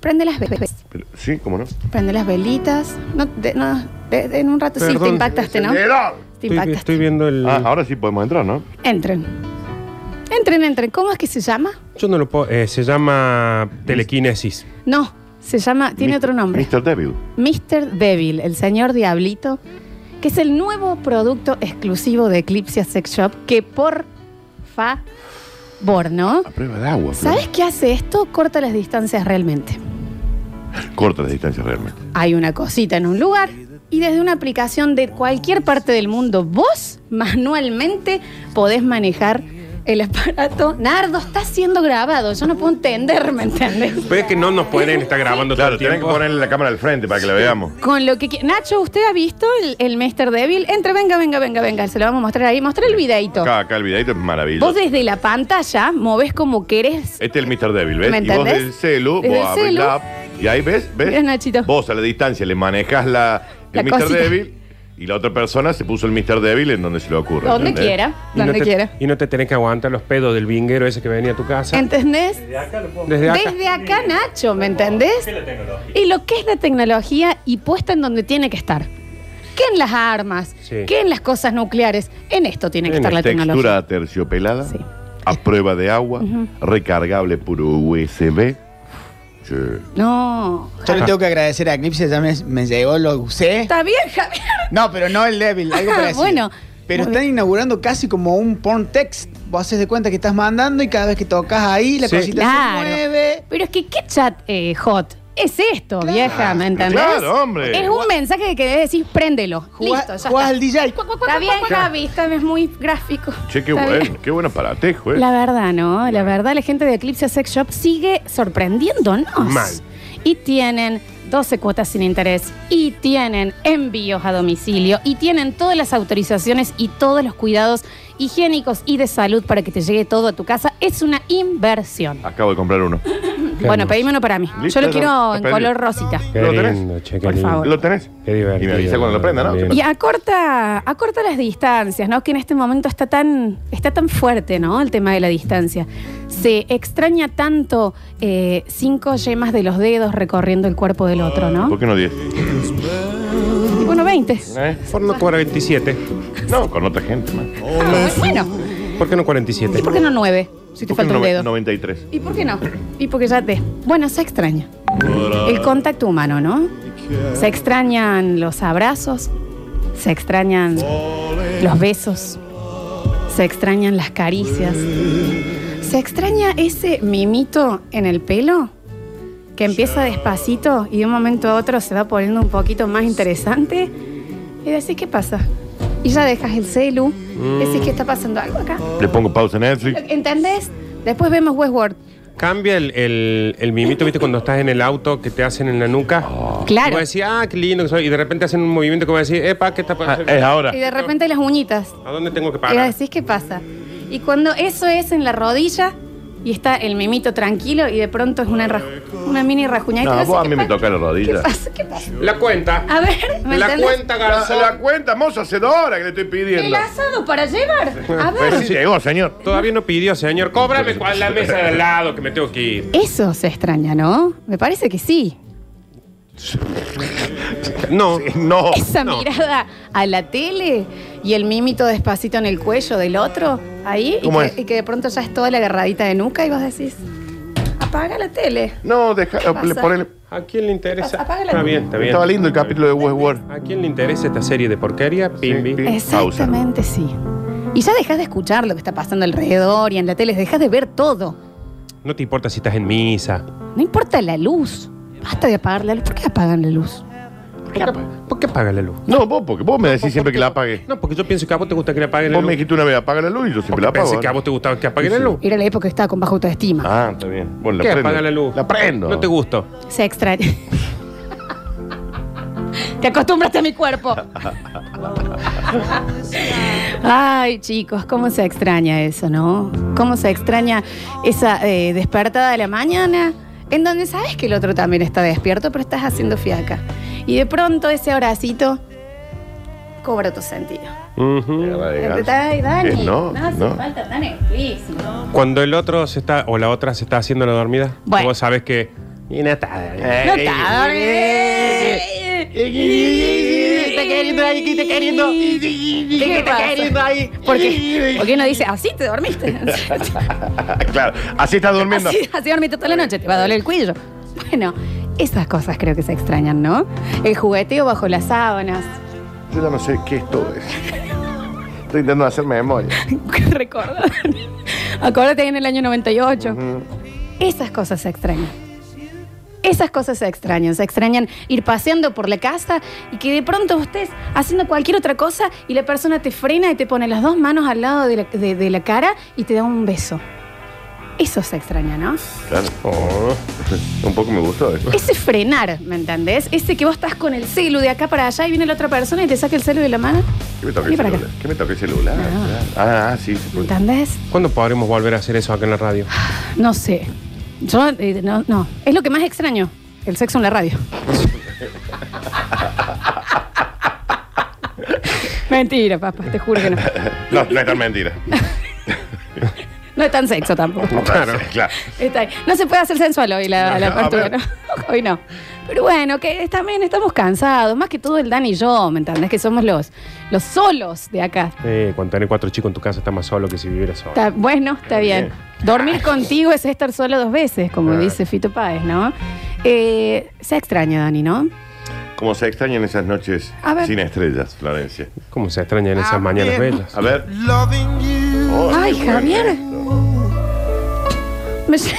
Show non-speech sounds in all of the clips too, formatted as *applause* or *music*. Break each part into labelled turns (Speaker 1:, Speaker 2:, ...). Speaker 1: Prende las velas.
Speaker 2: Pero- sí, cómo no.
Speaker 1: Prende las velitas. No, de- no, de- de- en un rato sí
Speaker 3: Perdón.
Speaker 1: te impactaste, ¿no?
Speaker 2: ¡Encendedor!
Speaker 1: Te
Speaker 3: Estoy,
Speaker 1: impactaste.
Speaker 3: estoy viendo el.
Speaker 2: Ah, ahora sí podemos entrar, ¿no?
Speaker 1: Entren. Entren, entren. ¿Cómo es que se llama?
Speaker 3: Yo no lo puedo. eh, se llama telequinesis.
Speaker 1: No, se llama, tiene
Speaker 2: Mi-
Speaker 1: otro nombre.
Speaker 2: Mr. Devil.
Speaker 1: Mr. Devil, el señor Diablito, que es el nuevo producto exclusivo de Eclipse Sex Shop, que por favor, ¿no?
Speaker 2: A prueba de agua. Flor.
Speaker 1: ¿Sabes qué hace esto? Corta las distancias realmente.
Speaker 2: Corta las distancias realmente.
Speaker 1: Hay una cosita en un lugar y desde una aplicación de cualquier parte del mundo, vos manualmente podés manejar el aparato. Nardo, está siendo grabado, yo no puedo entender, ¿me entendés?
Speaker 3: Pero es que no nos pueden estar grabando todo
Speaker 2: Claro,
Speaker 3: el
Speaker 2: tenés que
Speaker 3: tiempo.
Speaker 2: ponerle la cámara al frente para que la veamos.
Speaker 1: Con lo que qui- Nacho, ¿usted ha visto el, el Mr. Devil? Entre, venga, venga, venga, venga. Se lo vamos a mostrar ahí. Mostra el videito.
Speaker 2: Acá, acá el videito es maravilloso.
Speaker 1: Vos desde la pantalla movés como
Speaker 3: Eh,
Speaker 1: querés.
Speaker 2: Este es el Mr. Devil, ¿ves?
Speaker 1: ¿Me
Speaker 2: y vos
Speaker 1: entendés?
Speaker 2: del celu,
Speaker 1: Desde
Speaker 2: vos
Speaker 1: el
Speaker 2: abrís
Speaker 1: celu.
Speaker 2: la app y ahí ves, ves.
Speaker 1: Mirá, Nachito.
Speaker 2: Vos a la distancia le manejás la,
Speaker 1: La
Speaker 2: el Mr.
Speaker 1: cosita.
Speaker 2: Devil y la otra persona se puso el Mr. Devil en donde se le ocurre.
Speaker 1: Donde
Speaker 2: ¿entendés?
Speaker 1: quiera,
Speaker 3: Y no,
Speaker 1: donde
Speaker 3: te,
Speaker 1: quiera.
Speaker 3: y no te tenés que aguantar los pedos del vinguero ese que venía a tu casa.
Speaker 1: ¿Entendés?
Speaker 3: Desde acá.
Speaker 1: Desde acá, Nacho, ¿me entendés? Y lo que es la tecnología y puesta en donde tiene que estar. ¿Qué en las armas?
Speaker 3: Sí.
Speaker 1: ¿Qué en las cosas nucleares? En esto tiene que
Speaker 3: En
Speaker 1: estar la tecnología.
Speaker 2: Textura terciopelada,
Speaker 1: Sí.
Speaker 2: a prueba de agua, recargable por USB. Sí.
Speaker 1: No.
Speaker 4: Yo le tengo que agradecer a Eclipse, ya me, me llegó, lo usé.
Speaker 1: Está bien, Javier.
Speaker 4: No, pero no el débil, algo
Speaker 1: *laughs* Ah,
Speaker 4: parecido.
Speaker 1: bueno.
Speaker 4: Pero
Speaker 1: Muy
Speaker 4: están inaugurando casi como un porn text. Vos haces de cuenta que estás mandando y cada vez que tocas ahí, la
Speaker 3: Sí.
Speaker 4: cosita se mueve.
Speaker 1: Pero es que qué chat eh, hot es esto, vieja, ¿me entendés?
Speaker 2: Claro, hombre.
Speaker 1: Es un mensaje que debes decir, préndelo.
Speaker 4: Jugás,
Speaker 1: Listo, ya
Speaker 4: jugás
Speaker 1: está.
Speaker 4: al DJ.
Speaker 1: Está bien, Javi, está bien, es muy gráfico.
Speaker 2: Che, qué
Speaker 1: Está bien.
Speaker 2: bueno, qué bueno aparatejo, ¿eh?
Speaker 1: La verdad, ¿no? La verdad, la gente de Eclipse Sex Shop sigue sorprendiéndonos.
Speaker 3: Mal.
Speaker 1: Y tienen 12 cuotas sin interés, y tienen envíos a domicilio, y tienen todas las autorizaciones y todos los cuidados higiénicos y de salud para que te llegue todo a tu casa. Es una inversión.
Speaker 2: Acabo de comprar uno.
Speaker 1: bueno,
Speaker 3: hermoso.
Speaker 1: pedime uno para mí.
Speaker 2: Listo,
Speaker 1: Yo lo
Speaker 2: ya
Speaker 1: quiero
Speaker 2: está
Speaker 1: en
Speaker 2: pedido.
Speaker 1: color rosita.
Speaker 3: Qué
Speaker 2: ¿Lo tenés?
Speaker 3: lindo, che, qué
Speaker 1: Por
Speaker 3: lindo.
Speaker 1: favor.
Speaker 2: ¿Lo tenés?
Speaker 3: Qué divertido.
Speaker 2: Y me avisa cuando lo prenda, ¿no?
Speaker 3: Bien.
Speaker 1: Y acorta, acorta las distancias, ¿no? Que en este momento está tan, está tan fuerte, ¿no? El tema de la distancia. Se extraña tanto eh, cinco yemas de los dedos recorriendo el cuerpo del otro, ¿no?
Speaker 2: Ah, ¿Por qué no 10?
Speaker 1: Y Bueno, 20.
Speaker 2: ¿Eh?
Speaker 3: ¿Por qué no 47?
Speaker 2: No, con otra gente, man.
Speaker 1: Ah, bueno,
Speaker 3: ¿Por qué no 47?
Speaker 1: ¿y por qué no 9? Si te
Speaker 2: ¿Por qué
Speaker 1: falta un
Speaker 2: nove-
Speaker 1: dedo.
Speaker 2: 93.
Speaker 1: ¿Y por qué no? Y porque ya te. Bueno, se extraña. El contacto humano, ¿no? Se extrañan los abrazos, se extrañan los besos, se extrañan las caricias, se extraña ese mimito en el pelo que empieza despacito y de un momento a otro se va poniendo un poquito más interesante y decís, ¿qué pasa? Y ya dejas el celu, decís que está pasando algo acá.
Speaker 2: Le pongo pausa a Netflix.
Speaker 1: ¿Entendés? Después vemos Westworld.
Speaker 3: Cambia el, el, el mimito, ¿viste? Cuando estás en el auto que te hacen en la nuca. Y
Speaker 1: Claro.
Speaker 3: vos decís, ah, qué lindo que soy. Y de repente hacen un movimiento que vas a decir, epa, ¿qué está
Speaker 2: Ah,
Speaker 3: pasando?
Speaker 2: es ahora.
Speaker 1: *laughs* Y de repente las uñitas.
Speaker 3: ¿A dónde tengo que
Speaker 1: Y vos
Speaker 3: parar?
Speaker 1: decís, ¿qué pasa? Y cuando eso es en la rodilla y está el mimito tranquilo y de pronto es una, raj- una mini rajuñadita.
Speaker 2: No,
Speaker 1: y vos
Speaker 2: vos a
Speaker 1: decís,
Speaker 2: mí
Speaker 1: ¿qué
Speaker 2: me
Speaker 1: pa-
Speaker 2: toca la rodilla.
Speaker 1: ¿Qué pasa? ¿Qué pasa?
Speaker 3: La cuenta.
Speaker 1: A ver, Ah, ¿me
Speaker 3: la
Speaker 1: entendés? Ah,
Speaker 3: cuenta,
Speaker 2: La,
Speaker 3: garzón.
Speaker 2: la cuenta, mozo, hace dos horas que le estoy
Speaker 1: ¿El
Speaker 2: pidiendo.
Speaker 1: asado para llevar? A
Speaker 2: Pero sí
Speaker 1: ver.
Speaker 2: llegó, señor.
Speaker 3: Todavía no pidió, señor. Cóbrame cuál la mesa de al lado que me tengo que ir.
Speaker 1: Eso se extraña, ¿no? Me parece que sí.
Speaker 3: No.
Speaker 2: No.
Speaker 1: Esa
Speaker 3: no.
Speaker 1: mirada a la tele y el mimito despacito en el cuello del otro, ahí, y
Speaker 2: ¿Cómo
Speaker 1: que,
Speaker 2: es?
Speaker 1: y que de pronto ya es toda la agarradita de nuca y vos decís, apaga la tele.
Speaker 2: No, deja,
Speaker 1: ¿Qué
Speaker 2: le
Speaker 1: pasa?
Speaker 2: ponele-
Speaker 3: ¿A quién le interesa?
Speaker 1: Apaga la
Speaker 3: Está
Speaker 1: luz.
Speaker 3: bien, está bien.
Speaker 2: Estaba lindo el capítulo de Westworld.
Speaker 3: ¿A quién le interesa esta serie de porquería? Pimbi.
Speaker 2: sí. Pausa.
Speaker 1: Exactamente, sí. Y ya dejas de escuchar lo que está pasando alrededor y en la tele, dejas de ver todo.
Speaker 3: No te importa si estás en misa.
Speaker 1: No importa la luz. Basta de apagar la luz. ¿Por qué apagan la luz?
Speaker 3: ¿Por qué, por qué apaga la luz?
Speaker 2: No, vos, porque vos me decís siempre que la apague.
Speaker 3: No, porque yo pienso que a vos te gusta que le apaguen la
Speaker 2: Vos me
Speaker 3: luz.
Speaker 2: dijiste una vez, apaga la luz y yo siempre la
Speaker 3: Porque
Speaker 2: apago.
Speaker 3: pensé que a vos te gustaba que apaguen
Speaker 2: Sí,
Speaker 3: la luz.
Speaker 1: Era la época que estaba con baja autoestima.
Speaker 2: Ah, está bien. Bueno, la
Speaker 3: ¿Qué?
Speaker 2: prendo.
Speaker 3: Apaga la luz.
Speaker 2: La prendo.
Speaker 3: No te gustó.
Speaker 1: Se extraña. Te acostumbraste a mi cuerpo. Ay, chicos, cómo se extraña eso, ¿no? Cómo se extraña esa eh, despertada de la mañana, en donde sabes que el otro también está despierto, pero estás haciendo fiaca. Y de pronto ese abracito cobra tu sentido.
Speaker 3: Ujú.
Speaker 1: Mm,
Speaker 2: Agarra de ganso.
Speaker 1: Ay, Dani,
Speaker 2: Eh, No,
Speaker 1: no hace
Speaker 2: no.
Speaker 1: falta tan explícito.
Speaker 3: Cuando el otro se está, o la otra se está haciendo la dormida,
Speaker 1: Bueno.
Speaker 3: vos sabes que Y no está.
Speaker 1: No está, eh.
Speaker 3: Está queriendo ahí, está queriendo.
Speaker 1: ¿Qué
Speaker 3: está
Speaker 1: pasa?
Speaker 3: queriendo ahí.
Speaker 1: ¿Por qué? ¿Por qué no dice así te dormiste? *laughs*
Speaker 2: Ah, claro, así está durmiendo.
Speaker 1: así, así dormiste toda la noche, te va a doler el cuello. Bueno, esas cosas creo que se extrañan, ¿no? El jugueteo bajo las sábanas.
Speaker 2: Yo ya no sé qué es todo eso. Estoy intentando hacer memoria.
Speaker 1: *laughs* Recordar. Acuérdate en el año 98. Esas cosas se extrañan. Esas cosas se extrañan. Se extrañan ir paseando por la casa y que de pronto vos estés haciendo cualquier otra cosa y la persona te frena y te pone las dos manos al lado de la, de- de la cara y te da un beso. Eso se extraña, ¿no?
Speaker 2: Claro. Oh. Un poco me gustó eso.
Speaker 1: Ese frenar, ¿me entendés? Ese que vos estás con el celu de acá para allá y viene la otra persona y te saca el celu de la mano.
Speaker 2: ¿Qué me toca
Speaker 1: Y
Speaker 2: el
Speaker 1: para acá.
Speaker 2: celular? ¿Qué me toca el celular?
Speaker 1: Ah.
Speaker 2: Claro. Ah, sí. sí,
Speaker 1: ¿Me
Speaker 2: porque-
Speaker 1: entendés?
Speaker 3: ¿Cuándo podremos volver a hacer eso acá en la radio?
Speaker 1: No sé. Yo, eh, no, no. Es lo que más extraño, el sexo en la
Speaker 2: *laughs*
Speaker 1: radio. Mentira, papá, te juro
Speaker 2: *laughs*
Speaker 1: que no.
Speaker 2: *laughs* No, no es tan mentira.
Speaker 1: No es tan sexo tampoco.
Speaker 2: Claro, *laughs* claro.
Speaker 1: Está ahí. No se puede hacer sensual hoy la,
Speaker 2: No,
Speaker 1: la
Speaker 2: no,
Speaker 1: apertura,
Speaker 2: pero-
Speaker 1: ¿no? *laughs* Hoy no. Pero bueno, que es- también estamos cansados, más que todo el Dan y yo, ¿me entendés? Que somos los, los solos de acá.
Speaker 3: Eh, cuando tenés cuatro chicos en tu casa está más solo que si vivieras solo.
Speaker 1: Está- bueno, está bien. Dormir contigo es estar solo dos veces, como
Speaker 2: Claro.
Speaker 1: dice Fito Páez, ¿no? Eh, se extraña, Dani, ¿no? *laughs*
Speaker 2: Como se extrañan esas noches
Speaker 1: A ver.
Speaker 2: sin estrellas, Florencia.
Speaker 3: ¿Cómo se extrañan esas mañanas bellas?
Speaker 2: A ver.
Speaker 5: Loving you.
Speaker 2: Oh,
Speaker 1: Ay,
Speaker 2: qué bueno
Speaker 1: Javier.
Speaker 2: esto.
Speaker 1: Me lle-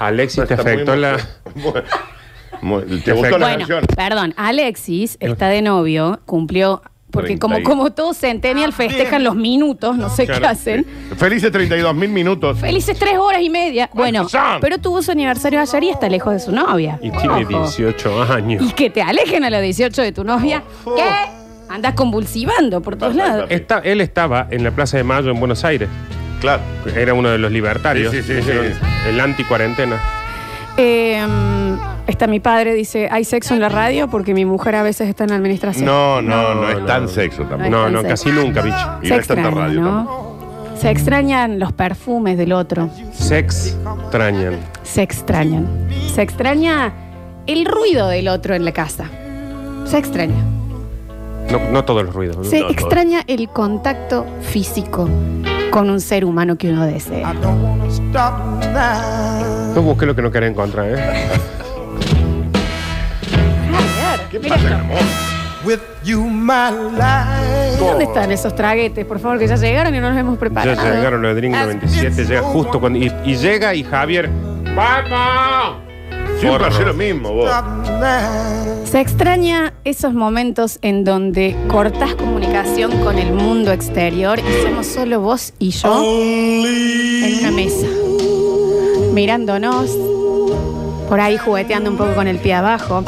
Speaker 3: Alexis te
Speaker 2: Está muy
Speaker 3: afectó
Speaker 2: emo-
Speaker 3: la.
Speaker 2: Muy- ¿Te gustó
Speaker 3: Te afectó.
Speaker 2: la
Speaker 1: Bueno,
Speaker 2: canción?
Speaker 1: perdón, Alexis está de novio, cumplió, porque como,
Speaker 2: 30 y-
Speaker 1: como todos centennial festejan los minutos, no sé qué
Speaker 3: Claro.
Speaker 1: hacen.
Speaker 2: Felices 32 mil minutos.
Speaker 1: Felices tres horas y media. Bueno,
Speaker 2: son?
Speaker 1: pero tuvo su aniversario ayer y está lejos de su novia.
Speaker 3: Y tiene
Speaker 1: Ojo.
Speaker 3: 18
Speaker 1: Y
Speaker 3: años.
Speaker 1: que te alejen a los 18 de tu novia.
Speaker 2: Ojo.
Speaker 1: ¿Qué? Andas convulsivando por todos
Speaker 2: Basta,
Speaker 1: lados.
Speaker 2: basta.
Speaker 3: Está- él estaba en la Plaza de Mayo en Buenos Aires.
Speaker 2: Claro.
Speaker 3: Era uno de los libertarios.
Speaker 2: Sí, sí, sí, sí.
Speaker 3: El anti-cuarentena.
Speaker 1: Eh, está mi padre, dice, hay sexo en la radio porque mi mujer a veces está en la administración.
Speaker 2: No, no, no,
Speaker 3: No,
Speaker 2: es
Speaker 3: no.
Speaker 2: tan sexo tampoco.
Speaker 3: No, no,
Speaker 1: Entonces-
Speaker 3: casi nunca, bicho.
Speaker 2: Y no es tanta radio
Speaker 1: ¿no? Se extrañan los perfumes del otro.
Speaker 3: Sex extrañan.
Speaker 1: Se extrañan. Se extraña el ruido del otro en la casa. Se extraña.
Speaker 3: No, no todos los ruidos. ¿no?
Speaker 1: Se
Speaker 2: no.
Speaker 1: extraña el contacto físico con un ser humano que uno desea.
Speaker 5: Don't wanna stop now.
Speaker 3: No busqué lo que no quería encontrar, ¿eh?
Speaker 2: ¿Qué pasa, mi amor?
Speaker 5: With you, my life.
Speaker 1: ¿Dónde están esos traguetes? Por favor, que ya llegaron y no nos hemos
Speaker 3: Ya
Speaker 1: preparado.
Speaker 3: llegaron los de Drink 97, llega justo cuando. Y, y llega y Javier. ¡Vamos!
Speaker 2: Siempre
Speaker 3: Porro.
Speaker 2: hace lo mismo, vos.
Speaker 5: Stop now.
Speaker 1: Se extraña esos momentos en donde cortás comunicación con el mundo exterior y somos solo vos y yo en una mesa, mirándonos, por ahí jugueteando un poco con el pie abajo.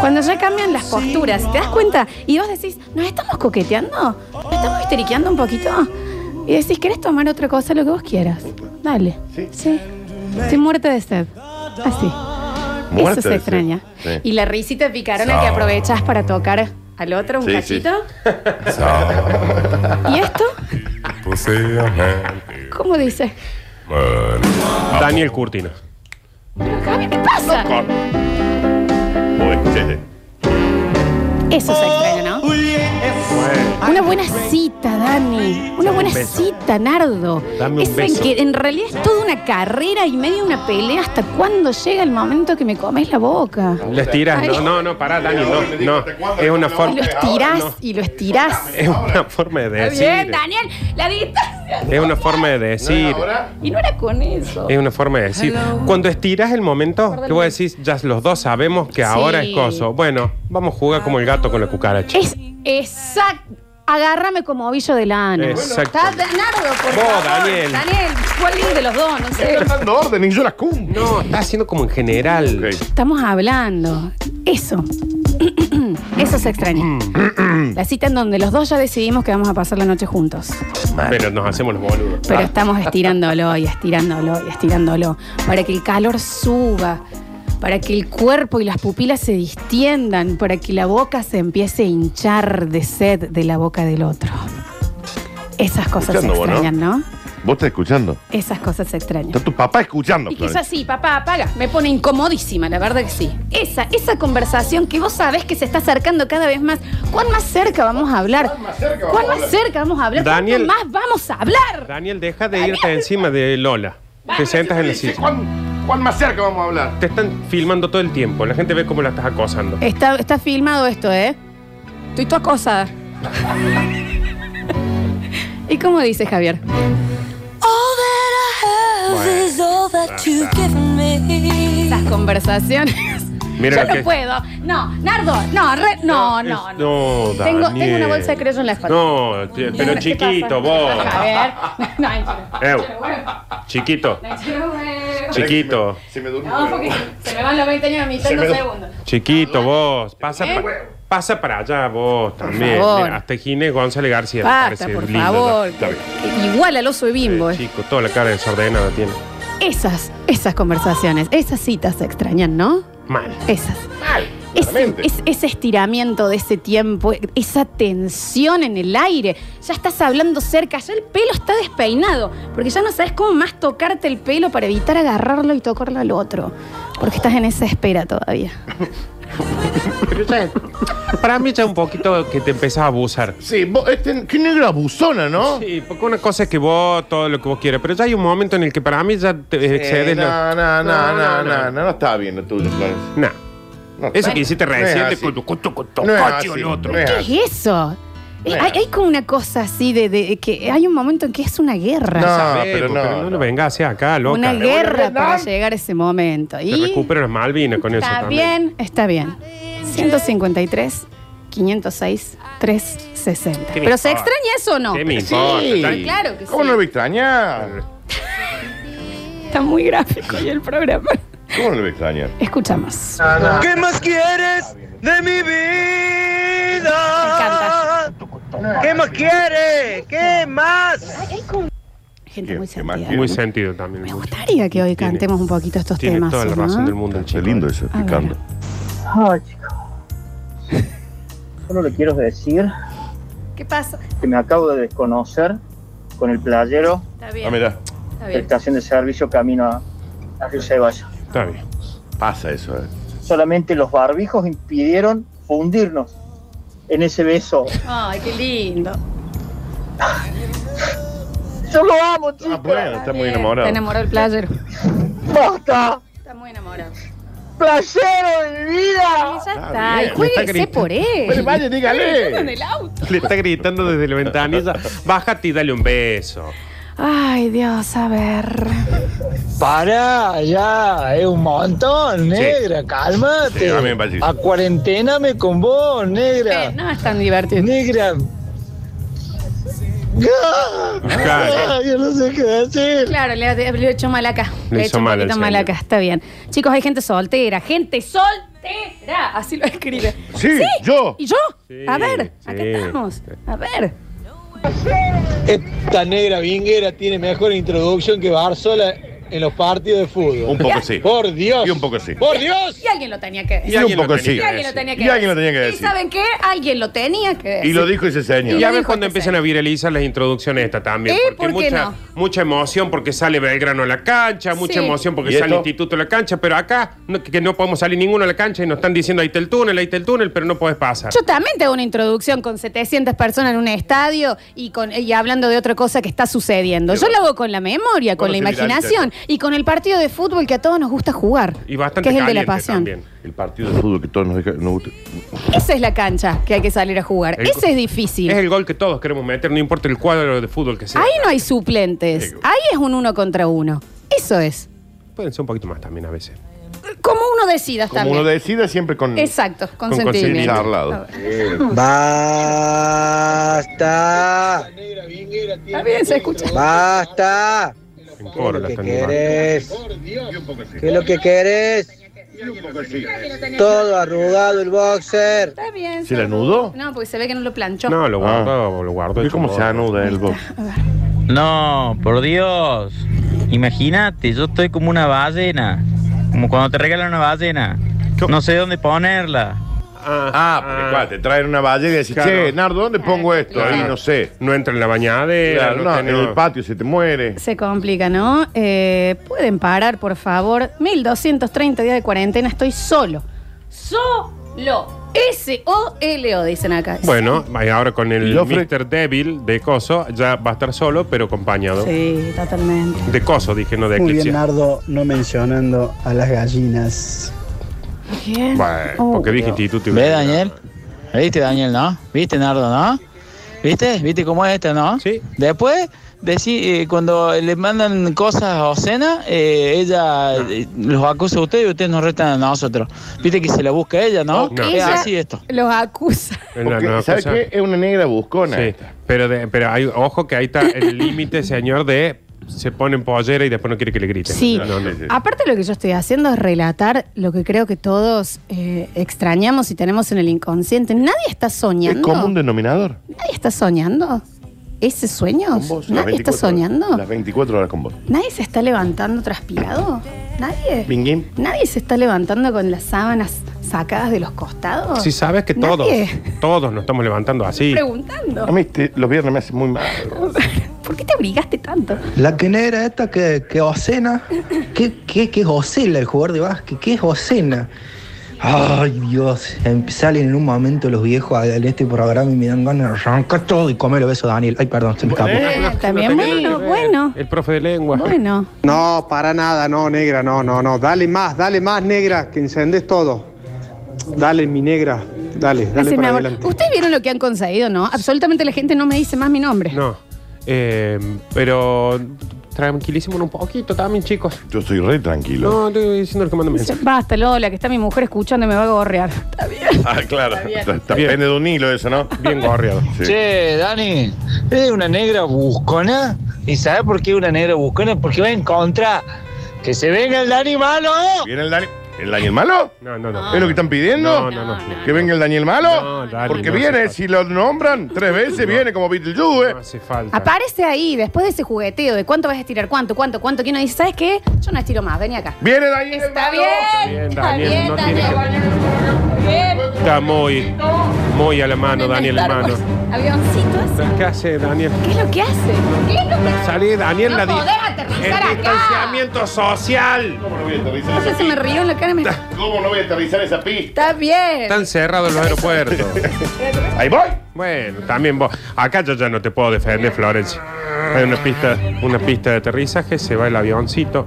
Speaker 1: Cuando ya cambian las posturas, ¿te das cuenta? Y vos decís, ¿nos estamos coqueteando? ¿Nos estamos histeriqueando un poquito? Y decís, ¿querés tomar otra cosa? Lo que vos quieras. Dale.
Speaker 2: Sí.
Speaker 1: Sí. Estoy muerta de sed. Así.
Speaker 2: Muerta
Speaker 1: Eso se
Speaker 2: de
Speaker 1: extraña.
Speaker 2: sed. Sí.
Speaker 1: Y la risita picarona
Speaker 3: Ah.
Speaker 1: que
Speaker 2: No.
Speaker 1: aprovechás para tocar al otro un
Speaker 2: Sí, sí.
Speaker 1: cachito.
Speaker 3: *laughs*
Speaker 1: ¿Y esto? ¿Cómo dice?
Speaker 3: Daniel Curtino.
Speaker 1: Pero, Javi, ¿Qué pasa?
Speaker 2: Con- Uy, sí, sí.
Speaker 1: Eso se extraña, ¿no? Una buena cita, Dani. Una buena
Speaker 3: beso.
Speaker 1: cita, Nardo.
Speaker 3: Dame un
Speaker 1: Eso en
Speaker 3: beso.
Speaker 1: que en realidad es toda una carrera y medio una pelea hasta cuándo llega el momento que me comes la boca.
Speaker 3: Lo estiras. No, no, no, pará, Dani, no. no. Es una
Speaker 1: Y
Speaker 3: forma.
Speaker 1: lo estirás y lo estirás.
Speaker 3: Es una forma de
Speaker 1: Está
Speaker 3: decir.
Speaker 1: bien, Daniel. La distancia.
Speaker 3: Es una forma de decir.
Speaker 1: Y no era con eso.
Speaker 3: Es una forma de decir. Cuando estiras el momento, que vos decís, ya los dos sabemos que ahora
Speaker 1: Sí.
Speaker 3: es coso. Bueno, vamos a jugar como el gato con la cucaracha.
Speaker 1: Es exacto. Agárrame como ovillo de lana.
Speaker 3: Exacto.
Speaker 1: Está Nardo, por
Speaker 3: Vos,
Speaker 1: favor.
Speaker 3: Daniel.
Speaker 1: Daniel, ¿cuál es de los dos? No sé.
Speaker 2: Están dando orden y yo las cumplo.
Speaker 3: Eh. No, está haciendo como en general.
Speaker 2: Ok.
Speaker 1: Estamos hablando. Eso. *clears throat* Eso se extraña.
Speaker 3: Mm.
Speaker 1: La cita en donde los dos ya decidimos que vamos a pasar la noche juntos.
Speaker 3: Pero nos hacemos los boludos.
Speaker 1: Pero estamos estirándolo y estirándolo y estirándolo. Para que el calor suba. Para que el cuerpo y las pupilas se distiendan. Para que la boca se empiece a hinchar de sed de la boca del otro. Esas cosas se
Speaker 2: Escuchando vos, ¿no?
Speaker 1: extrañan, ¿no?
Speaker 2: ¿Vos estás escuchando?
Speaker 1: Esas cosas se extrañan.
Speaker 2: Está tu papá escuchando,
Speaker 1: Y
Speaker 2: Florencia.
Speaker 1: quizás sí, papá, apaga. Me pone incomodísima, la verdad que sí. Esa, esa conversación que vos sabés que se está acercando cada vez más. ¿Cuán más cerca vamos a hablar? ¿Cuán más cerca vamos, a, hablar? ¿Cuánto
Speaker 3: Daniel-
Speaker 1: más vamos a hablar?
Speaker 3: Daniel, deja de irte encima de Lola. Te sentas en el
Speaker 2: Dice,
Speaker 3: sitio.
Speaker 2: ¿cuán, cuán más cerca vamos a hablar?
Speaker 3: Te están filmando todo el tiempo. La gente ve cómo la estás acosando.
Speaker 1: Está, está filmado esto, ¿eh? Estoy toda acosada. *laughs* ¿Y cómo dice Javier?
Speaker 6: All that I have
Speaker 3: Bueno,
Speaker 6: is all that you've given me.
Speaker 1: Las conversaciones.
Speaker 3: Mira
Speaker 1: Yo
Speaker 3: lo
Speaker 1: no
Speaker 3: que-
Speaker 1: puedo. No, Nardo, no, re- no,
Speaker 3: Es-
Speaker 1: no, no.
Speaker 3: no,
Speaker 1: Tengo,
Speaker 3: Daniel.
Speaker 1: tengo una bolsa de creyón en la espalda.
Speaker 3: No, che, pero
Speaker 1: ¿Qué pasa?
Speaker 3: chiquito, vos.
Speaker 1: A
Speaker 3: *laughs*
Speaker 1: ver. No, mentira.
Speaker 3: Eu.
Speaker 1: Pero bueno.
Speaker 3: Chiquito,
Speaker 1: No,
Speaker 3: chiquito,
Speaker 2: Se me durmió.
Speaker 1: porque se me van los 20 años a mitad
Speaker 2: Se
Speaker 1: de
Speaker 2: me-
Speaker 1: un segundo.
Speaker 3: chiquito, vos. Pasa,
Speaker 1: ¿Eh?
Speaker 3: pa- pasa para allá, vos también.
Speaker 1: favor.
Speaker 3: Mira, hasta Ginés González García. me
Speaker 1: Basta,
Speaker 3: parece
Speaker 1: por
Speaker 3: lindo,
Speaker 1: favor.
Speaker 3: ya. Está bien.
Speaker 1: Que Igual al oso de bimbo.
Speaker 3: Eh,
Speaker 1: eh.
Speaker 3: chico, toda la cara desordenada tiene.
Speaker 1: Esas, esas conversaciones, esas citas se extrañan, ¿no?
Speaker 3: Mal.
Speaker 1: Esas. Ese,
Speaker 2: claramente.
Speaker 1: es- ese estiramiento de ese tiempo, esa tensión en el aire. Ya estás hablando cerca, ya el pelo está despeinado, porque ya no sabes cómo más tocarte el pelo para evitar agarrarlo y tocarlo al otro, porque estás en esa espera todavía.
Speaker 3: Para mí ya un poquito que te empezás a abusar.
Speaker 2: Sí, vos, este, qué negra abusona, ¿no?
Speaker 3: Sí, porque una cosa es que vos, todo lo que vos quieras, pero ya hay un momento en el que para mí ya te
Speaker 2: Eh,
Speaker 3: excedes
Speaker 2: no,
Speaker 3: la-
Speaker 2: no, no, no, no,
Speaker 3: No, no,
Speaker 2: no, no está bien lo tuyo, Florencia.
Speaker 3: Nah.
Speaker 2: No
Speaker 3: Eso
Speaker 2: está-
Speaker 3: que hiciste
Speaker 2: no es
Speaker 3: reciente
Speaker 2: así.
Speaker 3: con tu, con tu- con tu
Speaker 2: No es
Speaker 3: coche o
Speaker 2: así,
Speaker 3: el otro.
Speaker 2: no es
Speaker 1: ¿Qué es eso? Eh, Hay, hay como una cosa así de, de- que hay un momento en que es una guerra.
Speaker 2: No,
Speaker 3: Sabemos,
Speaker 2: pero no,
Speaker 3: no
Speaker 2: no.
Speaker 3: lo vengas hacia acá, loca.
Speaker 1: una
Speaker 3: Te
Speaker 1: guerra para llegar a ese momento. Y
Speaker 3: recupero las Malvinas con eso
Speaker 1: está
Speaker 3: también.
Speaker 1: bien, está bien. 153, 506, 360.
Speaker 3: ¿Qué me
Speaker 1: Pero se
Speaker 3: importa?
Speaker 1: extraña eso o no?
Speaker 3: ¿Qué me
Speaker 2: Sí,
Speaker 3: importa? Dani?
Speaker 1: Claro que
Speaker 2: ¿Cómo
Speaker 1: sí.
Speaker 2: no lo voy a extrañar?
Speaker 1: Está muy gráfico hoy el programa.
Speaker 2: ¿Cómo no lo voy a extrañar?
Speaker 1: Escuchamos.
Speaker 5: ¿Qué más quieres de mi vida? ¿Qué más quieres? ¿Qué más?
Speaker 1: Gente
Speaker 2: Qué-
Speaker 1: muy
Speaker 2: qué más
Speaker 1: sentida.
Speaker 2: bien.
Speaker 3: Muy sentido también.
Speaker 1: Me
Speaker 3: mucho.
Speaker 1: gustaría que hoy cantemos un poquito estos
Speaker 3: Tiene
Speaker 1: temas.
Speaker 3: toda la
Speaker 1: ¿no?
Speaker 3: razón del mundo el
Speaker 2: Qué
Speaker 3: chico.
Speaker 2: lindo eso,
Speaker 1: A ver.
Speaker 2: picando.
Speaker 7: Ay, chicos. Solo le quiero decir
Speaker 1: ¿Qué pasa?
Speaker 7: que me acabo de desconocer con el playero
Speaker 1: Está
Speaker 2: Ah,
Speaker 1: bien.
Speaker 2: mira,
Speaker 1: Está
Speaker 7: de
Speaker 1: bien.
Speaker 7: estación de servicio camino a, a Río Ceballos.
Speaker 3: Está bien.
Speaker 2: pasa eso, eh.
Speaker 7: Solamente los barbijos impidieron fundirnos en ese beso.
Speaker 1: Ay, qué lindo.
Speaker 7: Yo lo amo,
Speaker 2: Ah,
Speaker 7: chicos.
Speaker 2: bueno, está muy
Speaker 1: bien.
Speaker 2: enamorado.
Speaker 1: Está enamorado el player.
Speaker 7: Basta.
Speaker 1: Está muy enamorado. Y
Speaker 7: Playero de mi vida.
Speaker 1: ya
Speaker 2: Ah,
Speaker 1: está.
Speaker 2: bien.
Speaker 1: Y
Speaker 3: Está
Speaker 1: jueguese
Speaker 3: gritando.
Speaker 1: por él.
Speaker 2: Bueno, vaya,
Speaker 1: Está en
Speaker 2: dígale.
Speaker 1: el auto.
Speaker 3: Le está gritando desde la ventanilla. Bájate y dale un beso.
Speaker 1: Ay, Dios, a ver.
Speaker 8: Para, ya, es un montón, negra, cálmate.
Speaker 2: Sí, a mí me parece que
Speaker 8: a
Speaker 2: sí.
Speaker 8: cuarenténame con vos, negra.
Speaker 1: Eh, no es tan divertido.
Speaker 8: Negra. ¡Ah!
Speaker 3: Claro.
Speaker 8: Ay, yo no sé qué decir.
Speaker 1: Claro, le, le, le he hecho mal acá.
Speaker 3: Le
Speaker 1: Le he
Speaker 3: hizo
Speaker 1: hecho un
Speaker 3: mal al
Speaker 1: poquito mal
Speaker 3: señor.
Speaker 1: acá. Está bien. Chicos, hay gente soltera. Gente soltera. Así lo escribe.
Speaker 2: Sí, yo.
Speaker 1: ¿Y yo?
Speaker 3: Sí,
Speaker 1: a ver,
Speaker 3: sí.
Speaker 1: acá estamos. A ver.
Speaker 8: Esta negra vinguera tiene mejor introducción que Barzola en los partidos de fútbol.
Speaker 2: Un poco sí.
Speaker 8: Por Dios.
Speaker 2: Y un poco sí.
Speaker 8: Por Dios.
Speaker 1: Y alguien lo tenía que
Speaker 2: Y
Speaker 1: decir.
Speaker 2: un
Speaker 3: alguien lo
Speaker 2: poco
Speaker 3: tenía
Speaker 2: sí.
Speaker 3: que
Speaker 1: Y alguien lo tenía que
Speaker 2: Y alguien lo tenía que
Speaker 1: ¿Y
Speaker 2: decir.
Speaker 1: saben qué? Alguien lo tenía que decir.
Speaker 2: Y lo dijo ese señor.
Speaker 3: Ya
Speaker 1: lo
Speaker 3: ves
Speaker 1: dijo este
Speaker 3: cuando empiezan a
Speaker 1: señor.
Speaker 3: viralizar las introducciones estas también.
Speaker 1: ¿Eh?
Speaker 3: Porque
Speaker 1: ¿Por qué
Speaker 3: mucha,
Speaker 1: no?
Speaker 3: mucha emoción porque sale Belgrano a la cancha, mucha
Speaker 1: Sí.
Speaker 3: emoción porque
Speaker 2: ¿Y
Speaker 3: sale
Speaker 2: esto?
Speaker 3: Instituto a la cancha, pero acá no- que no podemos salir ninguno a la cancha y nos están diciendo ahí está el túnel, ahí está el túnel, pero no podés pasar.
Speaker 1: Yo también tengo una introducción con 700 personas en un estadio y, con, y hablando de otra cosa que está sucediendo. Yo lo hago con la memoria, con
Speaker 2: Bueno,
Speaker 1: la
Speaker 2: se viraliza
Speaker 1: imaginación y con el partido de fútbol que a todos nos gusta jugar.
Speaker 3: Y bastante
Speaker 1: que es el de la
Speaker 3: caliente
Speaker 1: pasión.
Speaker 3: también.
Speaker 2: El partido de fútbol que todos nos deja- nos gusta.
Speaker 1: Esa es la cancha que hay que salir a jugar.
Speaker 3: El-
Speaker 1: Ese es difícil.
Speaker 3: Es el gol que todos queremos meter, no importa el cuadro de fútbol que sea.
Speaker 1: Ahí no hay suplentes. Ahí es un uno contra uno. Eso es.
Speaker 3: Pueden ser un poquito más también a veces.
Speaker 1: Como uno decida
Speaker 2: Como
Speaker 1: también.
Speaker 2: uno decida siempre con.
Speaker 1: Exacto,
Speaker 3: Con
Speaker 2: Bien
Speaker 1: consentimiento.
Speaker 2: charlado.
Speaker 3: consentimiento.
Speaker 8: Basta.
Speaker 7: Negra vinguera tiene
Speaker 1: Está bien, se escucha.
Speaker 8: Basta.
Speaker 3: En coro la están
Speaker 8: ¿Qué es lo que querés? Todo arrugado el boxer.
Speaker 1: Está bien.
Speaker 2: ¿Se la anudó?
Speaker 1: No, porque se ve que no lo planchó.
Speaker 3: llevando. No, lo
Speaker 2: Ah.
Speaker 3: guardo, lo guardo.
Speaker 2: ¿Y
Speaker 3: hecho
Speaker 2: cómo se
Speaker 3: bola.
Speaker 2: anuda el box?
Speaker 9: No, por Dios. Imagínate, yo estoy como una ballena. Como cuando te regalan una ballena. No sé dónde ponerla.
Speaker 3: ah,
Speaker 2: Ah, porque claro, te traen una valle y decís,
Speaker 3: Claro.
Speaker 2: che, Nardo, ¿dónde pongo esto?
Speaker 3: claro.
Speaker 2: Ahí no sé.
Speaker 3: No entra en la bañadera.
Speaker 2: Claro, no, en
Speaker 3: tenés-
Speaker 2: el patio se te muere.
Speaker 1: Se complica, ¿no? Eh, Pueden parar, por favor. 1230 días de cuarentena, estoy solo. Solo. S-O-L-O, dicen acá.
Speaker 3: Bueno, y ahora con el
Speaker 2: ¿Y Ofre?
Speaker 3: Mr. Devil de Coso ya va a estar solo, pero acompañado.
Speaker 1: Sí, totalmente.
Speaker 3: De Coso, dije, no de
Speaker 10: Muy bien,
Speaker 3: Eclipse.
Speaker 10: Nardo, no mencionando a las gallinas.
Speaker 1: Bien.
Speaker 3: Bueno,
Speaker 1: Oh,
Speaker 3: porque dije instituto. y-
Speaker 5: ¿Ve, Daniel? ¿Viste, Daniel, no? ¿Viste, Nardo, no? ¿Viste? ¿Viste cómo es este, no?
Speaker 3: Sí.
Speaker 5: Después, decí, eh, cuando le mandan cosas obscenas, eh, ella eh, los acusa a ustedes y ustedes nos retan a nosotros. ¿Viste que se la busca a ella, no?
Speaker 3: No,
Speaker 5: Es
Speaker 1: ella-
Speaker 5: así esto.
Speaker 1: Los acusa.
Speaker 3: Es la
Speaker 2: Porque,
Speaker 3: nueva
Speaker 2: ¿Sabes
Speaker 3: cosa.
Speaker 2: qué? Es una negra buscona.
Speaker 3: Sí,
Speaker 2: esta.
Speaker 3: pero, de- pero hay, ojo que ahí está el *laughs* límite, señor, de se pone en pollera y después no quiere que le griten.
Speaker 1: Sí.
Speaker 3: No, no.
Speaker 2: Sí.
Speaker 1: Aparte lo que yo estoy haciendo es relatar lo que creo que todos eh, extrañamos y tenemos en el inconsciente. Nadie está
Speaker 2: Es
Speaker 1: soñando.
Speaker 2: como un denominador.
Speaker 1: Nadie está soñando. ¿Ese sueño?
Speaker 2: Con vos, las
Speaker 1: ¿Nadie está
Speaker 2: 24
Speaker 1: soñando?
Speaker 2: horas. Las 24 horas con vos.
Speaker 1: ¿Nadie se está levantando transpirado? ¿Nadie?
Speaker 2: Binguín.
Speaker 1: ¿Nadie se está levantando con las sábanas sacadas de los costados?
Speaker 3: Si sabes que todos,
Speaker 1: Nadie.
Speaker 3: todos nos estamos levantando así.
Speaker 1: Preguntando.
Speaker 2: A mí este- los viernes me hacen muy mal.
Speaker 1: ¿Por qué te abrigaste tanto?
Speaker 10: La que negra esta que, que ocena. ¿Qué, qué, qué es ocela el jugador de básquet? ¿Qué es ocena? Ay, Dios. em- Salen en un momento los viejos a- en este programa y me dan ganas de arrancar todo y comer el beso de Daniel. Ay, perdón, se me escapó.
Speaker 3: Eh, no,
Speaker 1: está
Speaker 3: no
Speaker 1: bien,
Speaker 3: tenía nada
Speaker 1: bueno,
Speaker 3: que ver.
Speaker 1: bueno.
Speaker 3: El profe de lengua.
Speaker 1: Bueno,
Speaker 11: No, para nada, no, negra, no, no, no. Dale más, dale más, negra, que encendes todo. Dale, mi negra, dale, dale
Speaker 1: Haceme
Speaker 11: para
Speaker 1: amor.
Speaker 11: adelante.
Speaker 1: Ustedes vieron lo que han conseguido, ¿no? Absolutamente la gente no me dice más mi nombre.
Speaker 3: No. Eh, pero tranquilísimo un poquito también, chicos.
Speaker 2: Yo soy re tranquilo.
Speaker 3: No, estoy diciendo el que manda
Speaker 1: Dice,
Speaker 3: mensaje.
Speaker 1: Basta, Lola, que está mi mujer escuchando, me va a gorrear. Está bien.
Speaker 2: *laughs* Ah, claro. Está- está- Depende de un hilo eso, ¿no?
Speaker 3: Bien gorreado.
Speaker 2: Sí.
Speaker 5: Che, Dani, es una negra buscona. ¿Y sabes por qué una negra buscona? Porque va en contra. ¡Que se venga el Dani malo!
Speaker 2: ¿Viene el Daniel? ¿El Daniel malo?
Speaker 3: No, no, no.
Speaker 1: Ah.
Speaker 2: ¿Es lo que están pidiendo?
Speaker 3: No, no, no.
Speaker 2: ¿Que venga el Daniel malo?
Speaker 3: No, Dani,
Speaker 2: Porque
Speaker 3: no
Speaker 2: viene,
Speaker 3: hace
Speaker 2: si lo nombran tres veces, viene como ¿eh? Beetlejuice.
Speaker 1: Eh.
Speaker 3: No hace falta.
Speaker 1: Aparece ahí, después de ese jugueteo de cuánto vas a estirar, cuánto, cuánto, cuánto, que uno dice, ¿sabes qué? Yo no estiro más, vení acá.
Speaker 2: Viene Daniel
Speaker 1: Está
Speaker 2: malo.
Speaker 1: bien,
Speaker 3: bien,
Speaker 1: está
Speaker 3: Daniel,
Speaker 1: bien,
Speaker 3: no
Speaker 1: Daniel.
Speaker 3: Está muy, muy a la mano, Daniel,
Speaker 1: Star Wars.
Speaker 3: hermano.
Speaker 1: Avioncitos.
Speaker 3: ¿Qué hace, Daniel?
Speaker 1: ¿Qué es lo que hace? ¿Qué es lo que hace?
Speaker 3: Salí, Daniel,
Speaker 1: No
Speaker 3: la di-
Speaker 1: podés aterrizar acá.
Speaker 3: El distanciamiento social.
Speaker 2: ¿Cómo no voy a aterrizar
Speaker 1: No sé,
Speaker 2: esa
Speaker 1: se me rió en la cara. me-
Speaker 2: pista? ¿Cómo no voy a aterrizar esa pista?
Speaker 1: Está bien.
Speaker 3: Están cerrados los aeropuertos.
Speaker 2: Ahí voy.
Speaker 3: Bueno, también vos. Acá yo ya no te puedo defender, Florencia. Hay una pista, una pista de aterrizaje, se va el avioncito.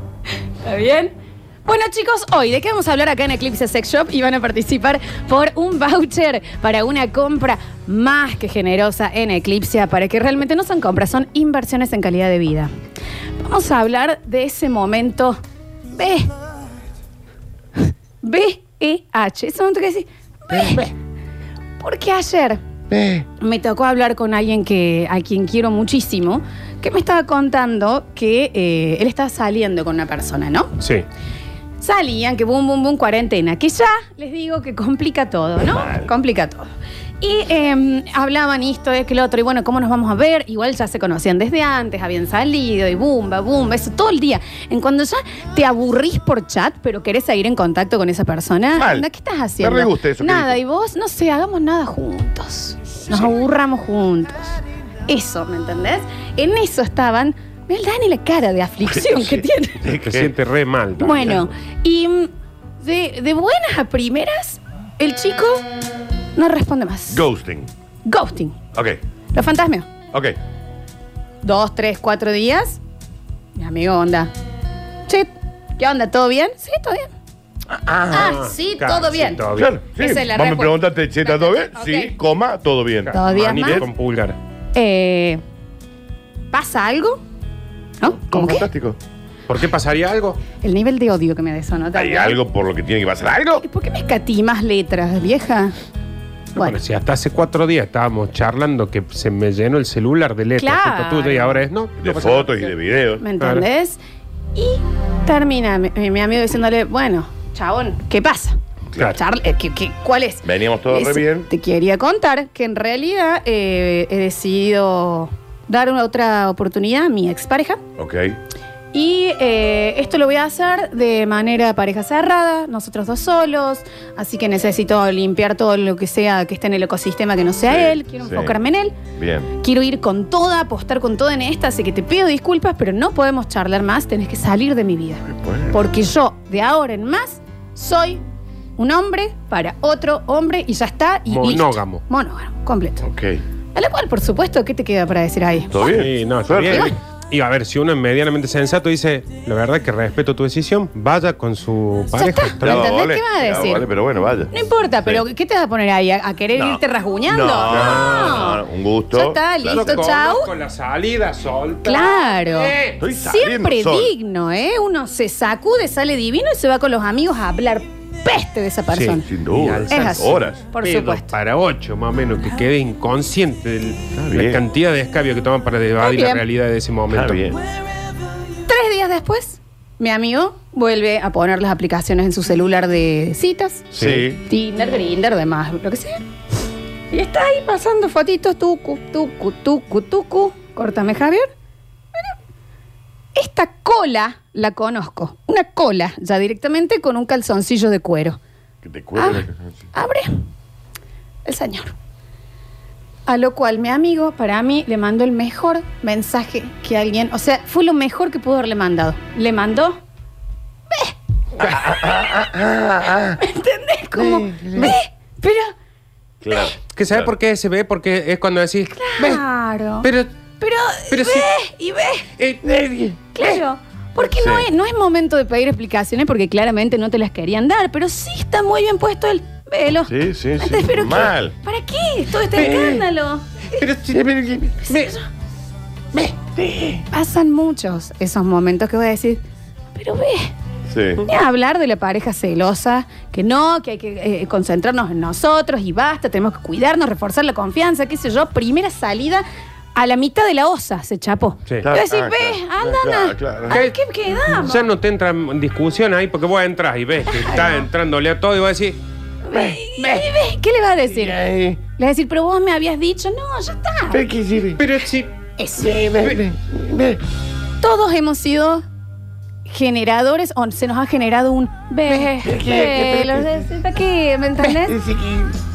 Speaker 1: ¿Está bien? Bueno chicos, hoy de qué vamos a hablar acá en Eclipse Sex Shop y van a participar por un voucher para una compra más que generosa en Eclipse para que realmente no son compras, son inversiones en calidad de vida. Vamos a hablar de ese momento B. B E H. Ese momento que decís B. Porque ayer me tocó hablar con alguien que, a quien quiero muchísimo, que me estaba contando que eh, él estaba saliendo con una persona, ¿no?
Speaker 3: Sí.
Speaker 1: Salían, que boom, boom, boom, cuarentena, que ya les digo que complica todo, ¿no? Complica todo. Y eh, hablaban esto, es que el otro, y bueno, ¿cómo nos vamos a ver? Igual ya se conocían desde antes, habían salido, y bumba, bumba, eso todo el día. En cuando ya te aburrís por chat, pero querés seguir en contacto con esa persona,
Speaker 2: Mal.
Speaker 1: anda, ¿qué estás haciendo?
Speaker 2: Me re gusta eso que
Speaker 1: Nada,
Speaker 2: dijo.
Speaker 1: y vos, no sé, hagamos nada juntos. Nos aburramos juntos. Eso, ¿me entendés? En eso estaban. Mira el Dani la cara de aflicción que tiene.
Speaker 3: Se siente re mal. también.
Speaker 1: Bueno, y mm, de, de buenas a primeras, el chico no responde más.
Speaker 2: Ghosting.
Speaker 1: Ghosting.
Speaker 2: Ok,
Speaker 1: Los fantasmas.
Speaker 2: ok.
Speaker 1: Dos, tres, cuatro días. Mi amigo onda. Che, ¿qué onda? ¿Todo bien? Sí, todo bien. Ah, sí,
Speaker 3: Casi
Speaker 1: todo bien.
Speaker 3: Todo bien.
Speaker 2: Claro, sí.
Speaker 1: Esa es la
Speaker 2: Vos me
Speaker 1: respuesta.
Speaker 2: preguntaste, che, ¿está todo bien?
Speaker 1: Ok.
Speaker 2: Sí, coma, todo bien.
Speaker 1: Claro. Todo bien,
Speaker 3: Manito
Speaker 1: ¿más?
Speaker 3: con pulgar.
Speaker 1: Eh, ¿Pasa algo? ¿No? ¿Cómo qué?
Speaker 2: Fantástico.
Speaker 3: ¿Por qué pasaría algo?
Speaker 1: El nivel de odio que me desonota.
Speaker 2: ¿Hay algo por lo que tiene que pasar algo?
Speaker 1: ¿Por qué me escatimas letras, vieja?
Speaker 3: Bueno, si hasta hace cuatro días estábamos charlando que se me llenó el celular de letras
Speaker 1: Claro.
Speaker 3: junto tuyo y ahora es no.
Speaker 2: De
Speaker 3: no pasa
Speaker 2: fotos y
Speaker 3: nada.
Speaker 2: de videos.
Speaker 1: ¿Me entendés? Y termina mi, mi amigo diciéndole, bueno, chabón, ¿qué pasa?
Speaker 2: Claro.
Speaker 1: Charl- eh, ¿qué- qué- cuál es?
Speaker 2: Veníamos todos
Speaker 1: Es-
Speaker 2: re bien.
Speaker 1: Te quería contar que en realidad eh, he decidido dar una otra oportunidad a mi expareja
Speaker 2: Ok.
Speaker 1: y Y eh, esto lo voy a hacer de manera pareja cerrada, nosotros dos solos. Así que necesito limpiar todo lo que sea que esté en el ecosistema que no sea
Speaker 2: Sí,
Speaker 1: él. Quiero
Speaker 2: sí.
Speaker 1: enfocarme en él.
Speaker 2: Bien.
Speaker 1: Quiero ir con toda, apostar con toda en esta. Así que te pido disculpas, pero no podemos charlar más. Tenés que salir de mi vida.
Speaker 2: Bueno.
Speaker 1: Porque yo, de ahora en más, soy un hombre para otro hombre y ya está. Y listo.
Speaker 3: Monógamo.
Speaker 1: Monógamo, completo.
Speaker 2: Ok.
Speaker 1: A lo cual, por supuesto, ¿qué te queda para decir ahí?
Speaker 2: ¿Todo bien?
Speaker 3: Sí, no, está
Speaker 2: Suerte.
Speaker 3: bien. Y a ver, si uno es medianamente sensato dice, la verdad que respeto tu decisión, vaya con su pareja.
Speaker 1: está. ¿Me entendés? ¿Qué vas a
Speaker 2: Ya,
Speaker 1: decir?
Speaker 2: vale, pero bueno, vaya.
Speaker 1: No importa, pero ¿qué te vas a poner ahí? ¿A, a querer
Speaker 2: No.
Speaker 1: irte rasguñando?
Speaker 2: No, no, no, un gusto.
Speaker 1: Ya está,
Speaker 2: Claro.
Speaker 1: listo,
Speaker 3: Con-
Speaker 1: chau.
Speaker 3: Con la salida, solta.
Speaker 1: Claro.
Speaker 3: Eh,
Speaker 2: Estoy saliendo
Speaker 1: Siempre
Speaker 2: sol.
Speaker 1: digno, ¿eh? Uno se sacude, sale divino y se va con los amigos a hablar peste de esa persona.
Speaker 2: Sin duda.
Speaker 3: Es
Speaker 1: así.
Speaker 2: Horas.
Speaker 1: Por
Speaker 3: Pero
Speaker 1: supuesto. Ah.
Speaker 3: Para ocho, más o menos, que quede inconsciente de la
Speaker 2: bien.
Speaker 3: cantidad de escabio que toman para debatir la
Speaker 1: bien.
Speaker 3: realidad de ese momento.
Speaker 2: Está bien.
Speaker 1: Tres días después, mi amigo vuelve a poner las aplicaciones en su celular de citas.
Speaker 2: Sí.
Speaker 1: Tinder, Grinder, demás, lo que sea. Y está ahí pasando fotitos, tucu, tucu, tucu, tucu. Córtame, Javier. Bueno, Esta cola la conozco. Una cola, ya directamente con un calzoncillo de cuero.
Speaker 2: Que te cuelgue.
Speaker 1: Ah, Abre el señor. A lo cual mi amigo, para mí, le mandó el mejor mensaje que alguien. O sea, fue lo mejor que pudo haberle mandado. Le mandó. ¡Ve! ¿Me entendés? Como. ¡Ve! Pero.
Speaker 2: Claro.
Speaker 3: Que sabe por qué se ve, porque es cuando decís,
Speaker 1: Claro.
Speaker 3: pero
Speaker 1: Pero.
Speaker 3: pero
Speaker 1: y
Speaker 3: sí.
Speaker 1: ve, y ve.
Speaker 3: eh, eh,
Speaker 1: Claro. Porque no,
Speaker 2: Sí.
Speaker 1: es, no es momento de pedir explicaciones porque claramente no te las querían dar. Pero sí está muy bien puesto el velo.
Speaker 2: Sí, sí, sí.
Speaker 1: Entonces, *laughs* pero qué-
Speaker 2: Mal.
Speaker 1: ¿Para qué? Todo este escándalo.
Speaker 3: pero sí, ve, ve.
Speaker 1: Pasan muchos esos momentos que voy a decir, pero ve,
Speaker 2: Sí.
Speaker 1: ni a hablar de la pareja celosa, que no, que hay que eh, concentrarnos en nosotros y basta, tenemos que cuidarnos, reforzar la confianza, qué sé yo, primera salida a la mitad de la osa se chapó.
Speaker 3: Sí.
Speaker 1: Y voy a decir,
Speaker 2: Ah,
Speaker 1: ve,
Speaker 2: claro,
Speaker 1: andana,
Speaker 2: claro, claro.
Speaker 1: ¿a qué quedamos?
Speaker 3: Ya no te entra en discusión ahí porque vos entras y ves que está entrándole a todo y vas a decir,
Speaker 1: Ve, ve, ¿Qué le va a decir? Le
Speaker 2: Eh,
Speaker 1: va a decir, pero vos me habías dicho, no, ya está.
Speaker 2: ve que sí, ve.
Speaker 3: pero sí,
Speaker 1: Eso.
Speaker 2: Ve, ve, ve.
Speaker 1: Todos hemos sido generadores, o se nos ha generado un ve, ve, los de- ¿para qué? ¿Me entendés?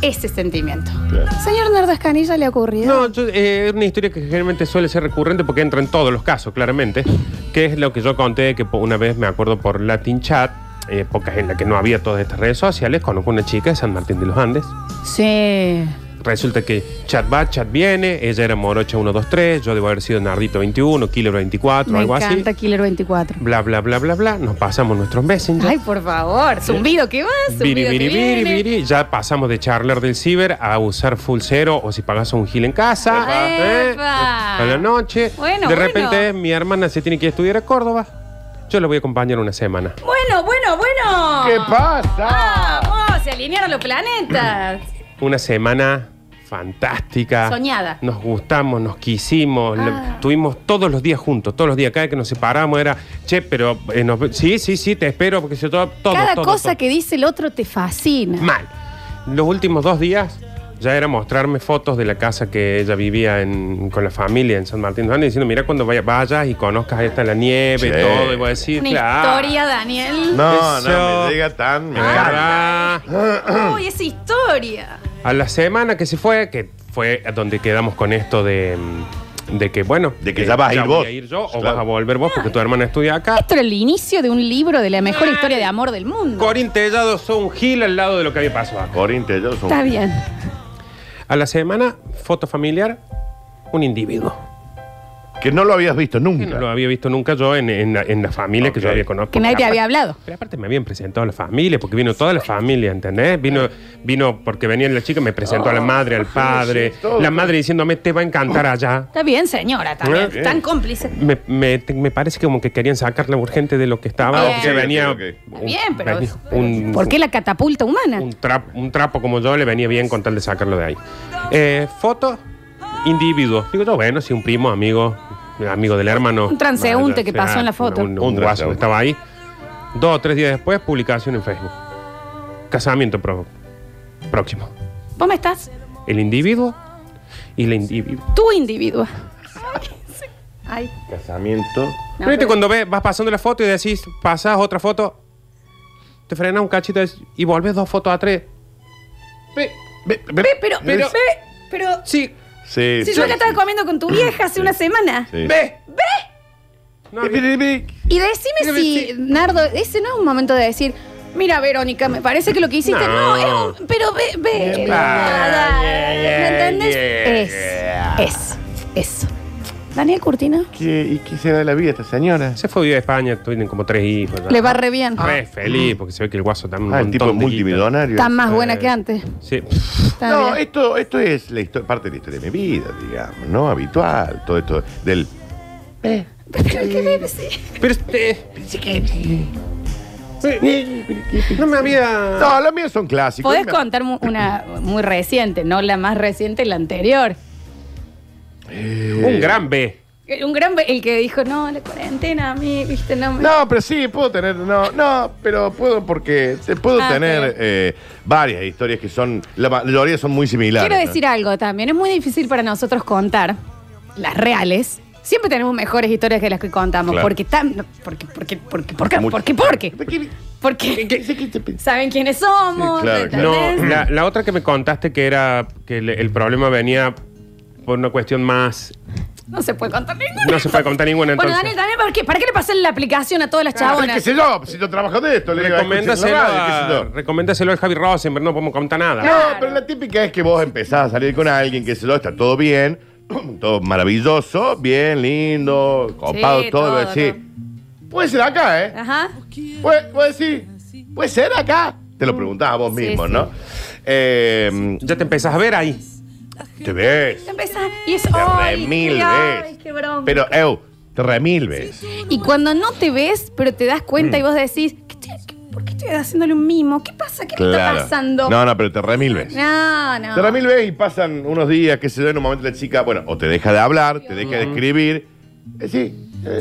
Speaker 1: Ese sentimiento.
Speaker 2: Claro.
Speaker 1: Señor Nardo Escanilla, ¿le ha ocurrido?
Speaker 3: No, yo, eh, es una historia que generalmente suele ser recurrente porque entra en todos los casos, claramente. Que es lo que yo conté que po- una vez me acuerdo por Latin Chat, épocas en las que no había todas estas redes sociales, conozco una chica de San Martín de los Andes.
Speaker 1: Sí.
Speaker 3: Resulta que chat va, chat viene, ella era Morocha 123, yo debo haber sido Nardito 21, Killer 24,
Speaker 1: Me
Speaker 3: algo
Speaker 1: encanta
Speaker 3: así.
Speaker 1: Killer 24.
Speaker 3: Bla, bla, bla, bla, bla. Nos pasamos nuestros messengers.
Speaker 1: Ay, por favor. Zumbido que va,
Speaker 3: Viri,
Speaker 1: zumbido
Speaker 3: viri,
Speaker 1: que
Speaker 3: viri,
Speaker 1: viene.
Speaker 3: viri. Ya pasamos de charlar del ciber a usar full cero o si pagas un gil en casa.
Speaker 1: Epa.
Speaker 3: ¿eh? A la noche.
Speaker 1: Bueno,
Speaker 3: de
Speaker 1: bueno.
Speaker 3: repente mi hermana se tiene que ir a estudiar a Córdoba. Yo la voy a acompañar una semana.
Speaker 1: Bueno, bueno, bueno.
Speaker 2: ¿Qué pasa?
Speaker 1: Vamos, se alinearon los planetas.
Speaker 3: *clears throat* Una semana fantástica.
Speaker 1: Soñada. Ah.
Speaker 3: Nos gustamos, nos quisimos, la- tuvimos todos los días juntos, todos los días. Cada vez que nos separamos era, che, pero eh, nos ve- sí, sí, sí, te espero porque yo todo, todo,
Speaker 1: Cada
Speaker 3: todo,
Speaker 1: cosa
Speaker 3: todo.
Speaker 1: que dice el otro te fascina.
Speaker 3: Mal. Los últimos dos días ya era mostrarme fotos de la casa que ella vivía en- con la familia en San Martín de Andes, diciendo, mira cuando vaya- vayas y conozcas esta la nieve,
Speaker 2: Sí.
Speaker 3: todo, y voy a decir,
Speaker 1: Una
Speaker 3: claro.
Speaker 1: historia,
Speaker 3: *clears throat*
Speaker 1: Daniel.
Speaker 2: No, no
Speaker 3: Eso. Ah.
Speaker 2: me llega tan. me
Speaker 3: Me agarrá.
Speaker 1: Uy, esa historia.
Speaker 3: A la semana que se fue, que fue donde quedamos con esto de, mm, de que, bueno,
Speaker 2: De que ya vas a ir
Speaker 3: voy
Speaker 2: vos.
Speaker 3: yo o
Speaker 2: Claro.
Speaker 3: vas a volver vos porque tu hermana estudia acá.
Speaker 1: Esto era el inicio de un libro de la mejor historia de amor del mundo.
Speaker 3: Corín Tellado son un gil al lado de lo que había pasado acá.
Speaker 2: Corintia, yo soy.
Speaker 1: Está bien.
Speaker 3: A la semana, foto familiar, un individuo.
Speaker 2: Que no lo habías visto
Speaker 3: Que
Speaker 2: nunca.
Speaker 3: no lo había visto nunca yo en, en la, en la familia que
Speaker 2: Ok.
Speaker 3: yo había conocido.
Speaker 1: Que nadie te había hablado.
Speaker 3: Pero aparte me habían presentado a la familia, porque vino toda la familia, ¿entendés? Vino, vino porque venía la chica, me presentó a la madre, al padre,
Speaker 2: *laughs* sí, todo.
Speaker 3: la madre diciéndome, te va a encantar allá.
Speaker 1: Está bien, señora, también.
Speaker 3: Ah,
Speaker 2: bien.
Speaker 1: Tan cómplice.
Speaker 3: Me, me- te- me parece que como que querían sacarla urgente de lo que estaba,
Speaker 1: Bien.
Speaker 3: porque
Speaker 1: Ok,
Speaker 3: venía
Speaker 2: Ah, ok, ok.
Speaker 3: un-
Speaker 1: Bien, pero.
Speaker 3: venía un-
Speaker 1: ¿Por qué la catapulta humana?
Speaker 3: un, trap- un trapo como yo le venía bien con tal de sacarlo de ahí. Eh, foto, individuo. Digo yo, bueno, si un primo, amigo, amigo del hermano.
Speaker 1: Un transeúnte que pasó en la foto.
Speaker 3: Un, un- un
Speaker 2: Un
Speaker 3: guaso
Speaker 2: transeúnte.
Speaker 3: que estaba ahí. Dos o tres días después, publicación en Facebook. Casamiento pro- próximo.
Speaker 1: ¿Vos me estás?
Speaker 3: El individuo y la individuo.
Speaker 1: Tú individua. Ay.
Speaker 2: Casamiento.
Speaker 1: No,
Speaker 3: Pero viste
Speaker 1: pero-
Speaker 3: cuando ves, vas pasando la foto y decís, pasás otra foto, te frenas un cachito y volvés dos fotos a tres.
Speaker 1: Ve, pero, pero,
Speaker 3: pero-
Speaker 1: ve, pero.
Speaker 3: Sí.
Speaker 2: Sí,
Speaker 1: Si
Speaker 2: sí.
Speaker 1: yo la estaba comiendo con tu vieja hace una semana.
Speaker 2: Sí.
Speaker 3: ¡Ve!
Speaker 2: Pi, pi, pi, pi.
Speaker 1: Y decime si, Nardo, ese no es un momento de decir, mira, Verónica, me parece que lo que hiciste. No,
Speaker 3: No.
Speaker 1: es un. Pero ve, ve.
Speaker 3: Ah, yeah,
Speaker 1: ¿Me
Speaker 3: yeah,
Speaker 1: entendés?
Speaker 3: yeah.
Speaker 1: Es, es, eso. Daniel Curtina
Speaker 2: ¿Qué- ¿Y qué se da de la vida esta señora?
Speaker 3: Se fue a vivir a España, tienen como tres hijos. ¿no?
Speaker 1: le va re bien.
Speaker 3: Re feliz, porque se ve que el guaso también.
Speaker 2: Ah, el tipo multimillonario.
Speaker 1: Está más buena que antes.
Speaker 3: Sí.
Speaker 1: Está
Speaker 2: No,
Speaker 1: bien.
Speaker 2: esto, esto es la histo- parte de la historia de mi vida, digamos, ¿no? Habitual, todo esto del...
Speaker 1: Ve, Pero que ve, sí.
Speaker 3: Pero este.
Speaker 1: Sí que-
Speaker 3: No me había.
Speaker 2: No, los míos son clásicos.
Speaker 1: Podés
Speaker 2: Me-
Speaker 1: contar mu- una muy reciente, no la más reciente, la anterior.
Speaker 3: Un gran B.
Speaker 1: Eh, Un gran be- el que dijo, no, la cuarentena a mí, viste, no me.
Speaker 2: No, pero sí, puedo tener. No, no, pero puedo porque te puedo
Speaker 1: Ah,
Speaker 2: tener
Speaker 1: sí.
Speaker 2: eh, varias historias que son. La mayoría son muy similares.
Speaker 1: Quiero decir algo también. Es muy difícil para nosotros contar las reales. Siempre tenemos mejores historias que las que contamos.
Speaker 2: Claro.
Speaker 1: Porque tan. Porque, porque, porque, porque,
Speaker 2: Mucho.
Speaker 1: porque, porque. Porque saben quiénes somos.
Speaker 2: Sí, claro,
Speaker 1: ¿me
Speaker 2: claro.
Speaker 1: entendés?
Speaker 3: No, la, la otra que me contaste que era que el, el problema venía por una cuestión más.
Speaker 1: No se puede contar ninguna.
Speaker 3: No se puede contar ninguna
Speaker 1: Bueno,
Speaker 3: entonces.
Speaker 1: Daniel, Daniel, ¿para qué, ¿para qué le pasan la aplicación a todas las
Speaker 2: Ah, pero
Speaker 1: chabonas?
Speaker 2: ¿Qué sé yo? Si yo trabajo de esto, le digo,
Speaker 3: Recoméndaselo,
Speaker 2: escuchen la radio,
Speaker 3: a,
Speaker 2: qué sé yo.
Speaker 3: recoméndaselo al Javi Rosenberg, no podemos contar nada.
Speaker 2: No, pero la típica es que vos empezás a salir con alguien, que se lo está todo bien, *clears throat* todo maravilloso, bien, lindo, copado,
Speaker 1: Sí,
Speaker 2: todo.
Speaker 1: todo, Ah.
Speaker 2: sí. Puede ser acá, ¿eh?
Speaker 1: Ajá.
Speaker 2: Puede, puede decir, puede ser acá. Te lo preguntás a vos
Speaker 1: Mm. Sí,
Speaker 2: mismo,
Speaker 1: sí.
Speaker 2: ¿no? Eh,
Speaker 3: Ya te empezás a ver ahí.
Speaker 2: te ves.
Speaker 1: Empezás y es.
Speaker 2: Te
Speaker 1: ¡Ay,
Speaker 2: remil
Speaker 1: qué- ay,
Speaker 2: ves.
Speaker 1: qué bronca!
Speaker 2: Pero, eu, te remil ves.
Speaker 1: Y cuando no te ves, pero te das
Speaker 2: Mm.
Speaker 1: cuenta y vos decís, ¿qué estoy- qué- ¿por qué estoy haciéndole un mimo? ¿Qué pasa? ¿Qué me está pasando?
Speaker 2: No, no, pero te remil ves.
Speaker 1: no.
Speaker 2: Te remil ves y pasan unos días que se da en un momento la chica, bueno, o te deja de hablar, te deja de escribir. Eh, sí. eh,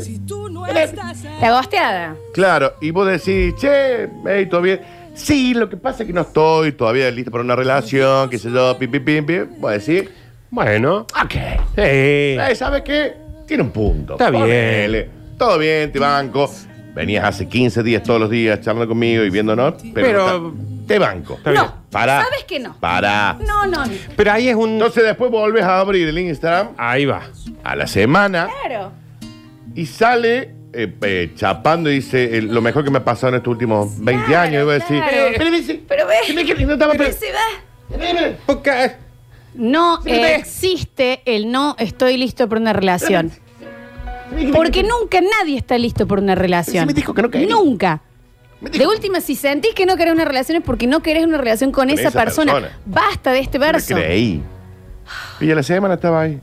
Speaker 1: La gosteada.
Speaker 2: claro, y vos decís, che, hey, todo bien. Sí, lo que pasa es que no estoy todavía lista para una relación, qué sé yo, pim, pim, pim, pim. Voy a decir,
Speaker 3: Bueno.
Speaker 2: ok.
Speaker 3: Sí.
Speaker 2: Eh, ¿Sabes qué? Tiene un punto.
Speaker 3: Está bien.
Speaker 2: Ponele. Todo bien, te banco. Venías hace 15 días todos los días charlando conmigo y viéndonos, pero,
Speaker 3: Pero-
Speaker 2: no está- te banco.
Speaker 3: Está bien.
Speaker 1: No,
Speaker 2: Pará.
Speaker 1: ¿sabes que no?
Speaker 2: Pará.
Speaker 1: No, no, no.
Speaker 3: Pero ahí es un.
Speaker 2: Entonces después volves a abrir el Instagram
Speaker 3: Ahí va.
Speaker 2: a la semana
Speaker 1: Claro.
Speaker 2: y sale eh, eh, chapando y dice eh, lo mejor que me ha pasado en estos últimos 20
Speaker 1: Claro,
Speaker 2: años. Y voy a decir,
Speaker 1: claro.
Speaker 2: "Eh, pero me dice,
Speaker 1: Pero
Speaker 2: que
Speaker 1: ve,
Speaker 2: me- que no estaba
Speaker 1: pero
Speaker 2: pre-
Speaker 1: se va.
Speaker 3: Porque-
Speaker 1: No
Speaker 3: ve.
Speaker 1: existe el no estoy listo para una relación. Porque nunca nadie está listo por una relación.
Speaker 2: Sí, me dijo que no quería.
Speaker 1: Nunca. De última, si sentís que no querés una relación es porque no querés una relación con, esa, persona. Basta de este
Speaker 2: No me
Speaker 1: verso.
Speaker 2: creí. Y a la semana estaba ahí.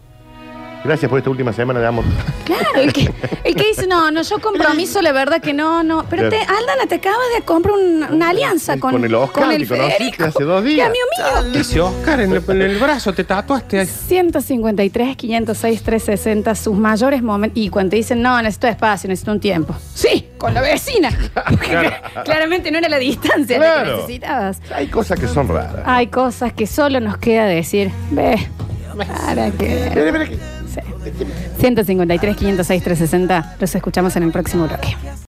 Speaker 2: Gracias por esta última semana de amor.
Speaker 1: Claro, el que, el que dice, no, no, yo compromiso, la verdad que no, no. Pero te,
Speaker 2: Claro.
Speaker 1: Aldana, te acabas de comprar un- una alianza
Speaker 2: Con
Speaker 1: con,
Speaker 2: el Oscar
Speaker 1: con
Speaker 2: que
Speaker 1: el
Speaker 2: conociste
Speaker 1: Federico,
Speaker 2: hace dos
Speaker 1: que
Speaker 2: días.
Speaker 1: amigo mío.
Speaker 3: Dice Oscar en el, en el brazo, te tatuaste.
Speaker 1: 153, 506, 360, sus mayores momentos. Y cuando te dicen, no, necesito espacio, necesito un tiempo. Sí, con la
Speaker 2: *laughs*
Speaker 1: vecina. Porque *laughs* Claramente no era la distancia la que
Speaker 2: Claro.
Speaker 1: necesitabas.
Speaker 2: Hay cosas que son raras.
Speaker 1: Hay cosas que solo nos queda decir, ve, para que.
Speaker 2: Mira, mira que-
Speaker 1: 153, 506, 360. Los escuchamos en el próximo bloque.